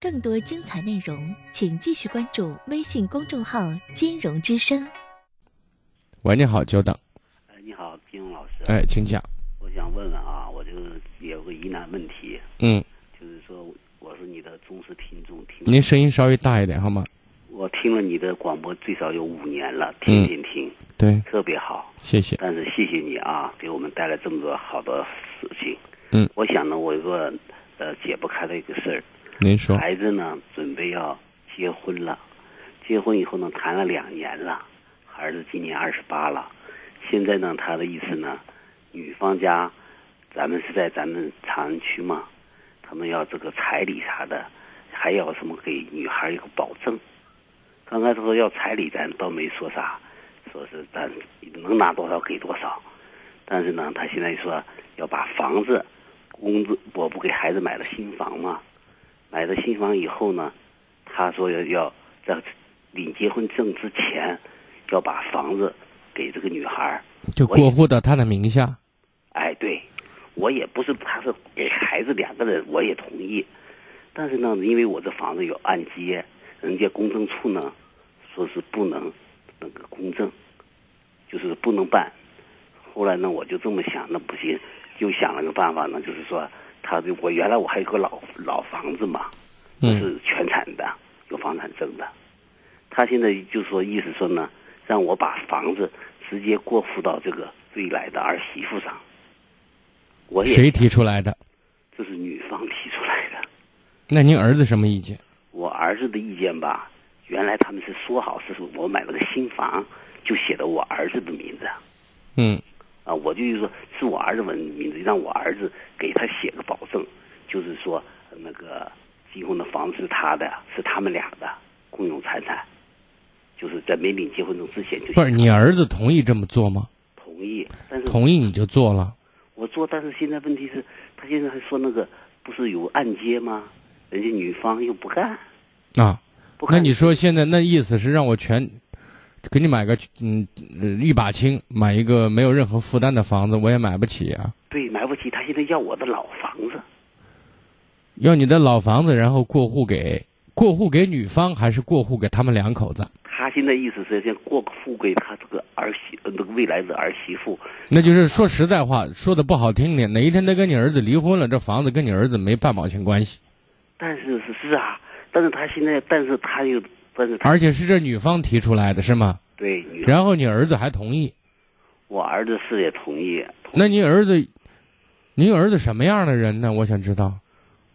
更多精彩内容，请继续关注微信公众号“金融之声喂，你好，久等。哎，你好，金勇老师。哎，请讲。我想问问啊，我就是有个疑难问题，嗯，就是说我是你的忠实听众，听您声音稍微大一点好吗？我听了你的广播最少有五年了，天嗯天听，对，特别好。谢谢。但是谢谢你啊，给我们带来这么多好的事情。嗯，我想呢，我有个呃解不开的一个事儿，您说，孩子呢准备要结婚了，结婚以后呢谈了两年了，孩子今年二十八了，现在呢他的意思呢，女方家，咱们是在咱们长安区嘛，他们要这个彩礼啥的，还要什么给女孩一个保证。刚开始说要彩礼，咱倒没说啥，说是咱能拿多少给多少，但是呢，他现在说要把房子，工资我不给孩子买了新房嘛，买了新房以后呢，他说要要在领结婚证之前，要把房子给这个女孩儿。就我也过户到他的名下。哎，对，我也不是，他是给孩子两个人，我也同意。但是呢，因为我这房子有按揭，人家公证处呢说是不能那个公证，就是不能办。后来呢，我就这么想，那不行，又想了个办法呢，就是说，他就我原来我还有个老老房子嘛，嗯，是全产的，有房产证的。他现在就说意思说呢，让我把房子直接过户到这个未来的儿媳妇上。我也谁提出来的？这是女方提出来的。那您儿子什么意见？我儿子的意见吧，原来他们是说好是说我买了个新房，就写的我儿子的名字嗯，啊，我就是说是我儿子文名字，让我儿子给他写个保证，就是说那个今后的房子是他的，是他们俩的共有财产，就是在没领结婚证之前就不是，你儿子同意这么做吗？同意，但是同意你就做了。我做，但是现在问题是，他现在还说那个不是有按揭吗？人家女方又不干，啊，不那干你说现在那意思是让我全给你买个嗯呃一把青，买一个没有任何负担的房子，我也买不起啊。对买不起，他现在要我的老房子。要你的老房子，然后过户给过户给女方，还是过户给他们两口子？他现在意思是先过户给他这个儿媳，呃，那个未来的儿媳妇。那就是说实在话，说的不好听点，哪一天他跟你儿子离婚了，这房子跟你儿子没半毛钱关系，但是是是啊，但是他现在，但是他又，但是他而且是这女方提出来的，是吗？对，你然后你儿子还同意，我儿子是也同意，那你儿子，您儿子什么样的人呢？我想知道。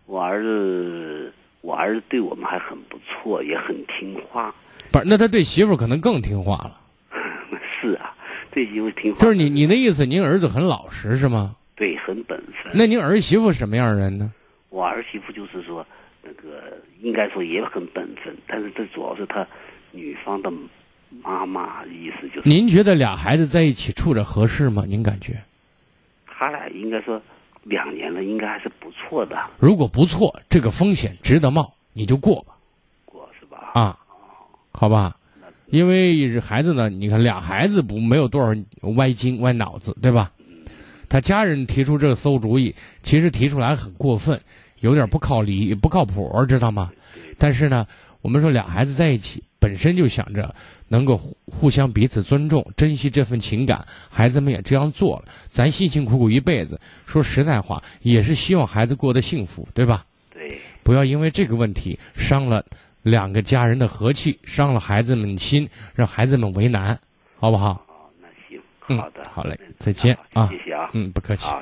我儿子，我儿子对我们还很不错，也很听话。 不是，那他对媳妇可能更听话了。是啊，对媳妇挺好，就是你你的意思，您儿子很老实是吗？对，很本分。那您儿媳妇什么样的人呢？我儿媳妇就是说，那个应该说也很本分，但是这主要是他女方的妈妈，意思就是您觉得俩孩子在一起处着合适吗？您感觉？他俩应该说两年了，应该还是不错的。如果不错，这个风险值得冒，你就过吧过是吧？，啊，好吧？因为孩子呢，你看俩孩子不没有多少歪精歪脑子，对吧？他家人提出这个馊主意，其实提出来很过分，有点不靠理不靠谱，知道吗？但是呢，我们说俩孩子在一起，本身就想着能够互互相彼此尊重，珍惜这份情感，孩子们也这样做了，咱辛辛苦苦一辈子，说实在话，也是希望孩子过得幸福，对吧？对不要因为这个问题伤了两个家人的和气，伤了孩子们心，让孩子们为难，好不好？哦，那行，嗯好的，好嘞嗯再见好啊谢谢啊，嗯，不客气。好，”。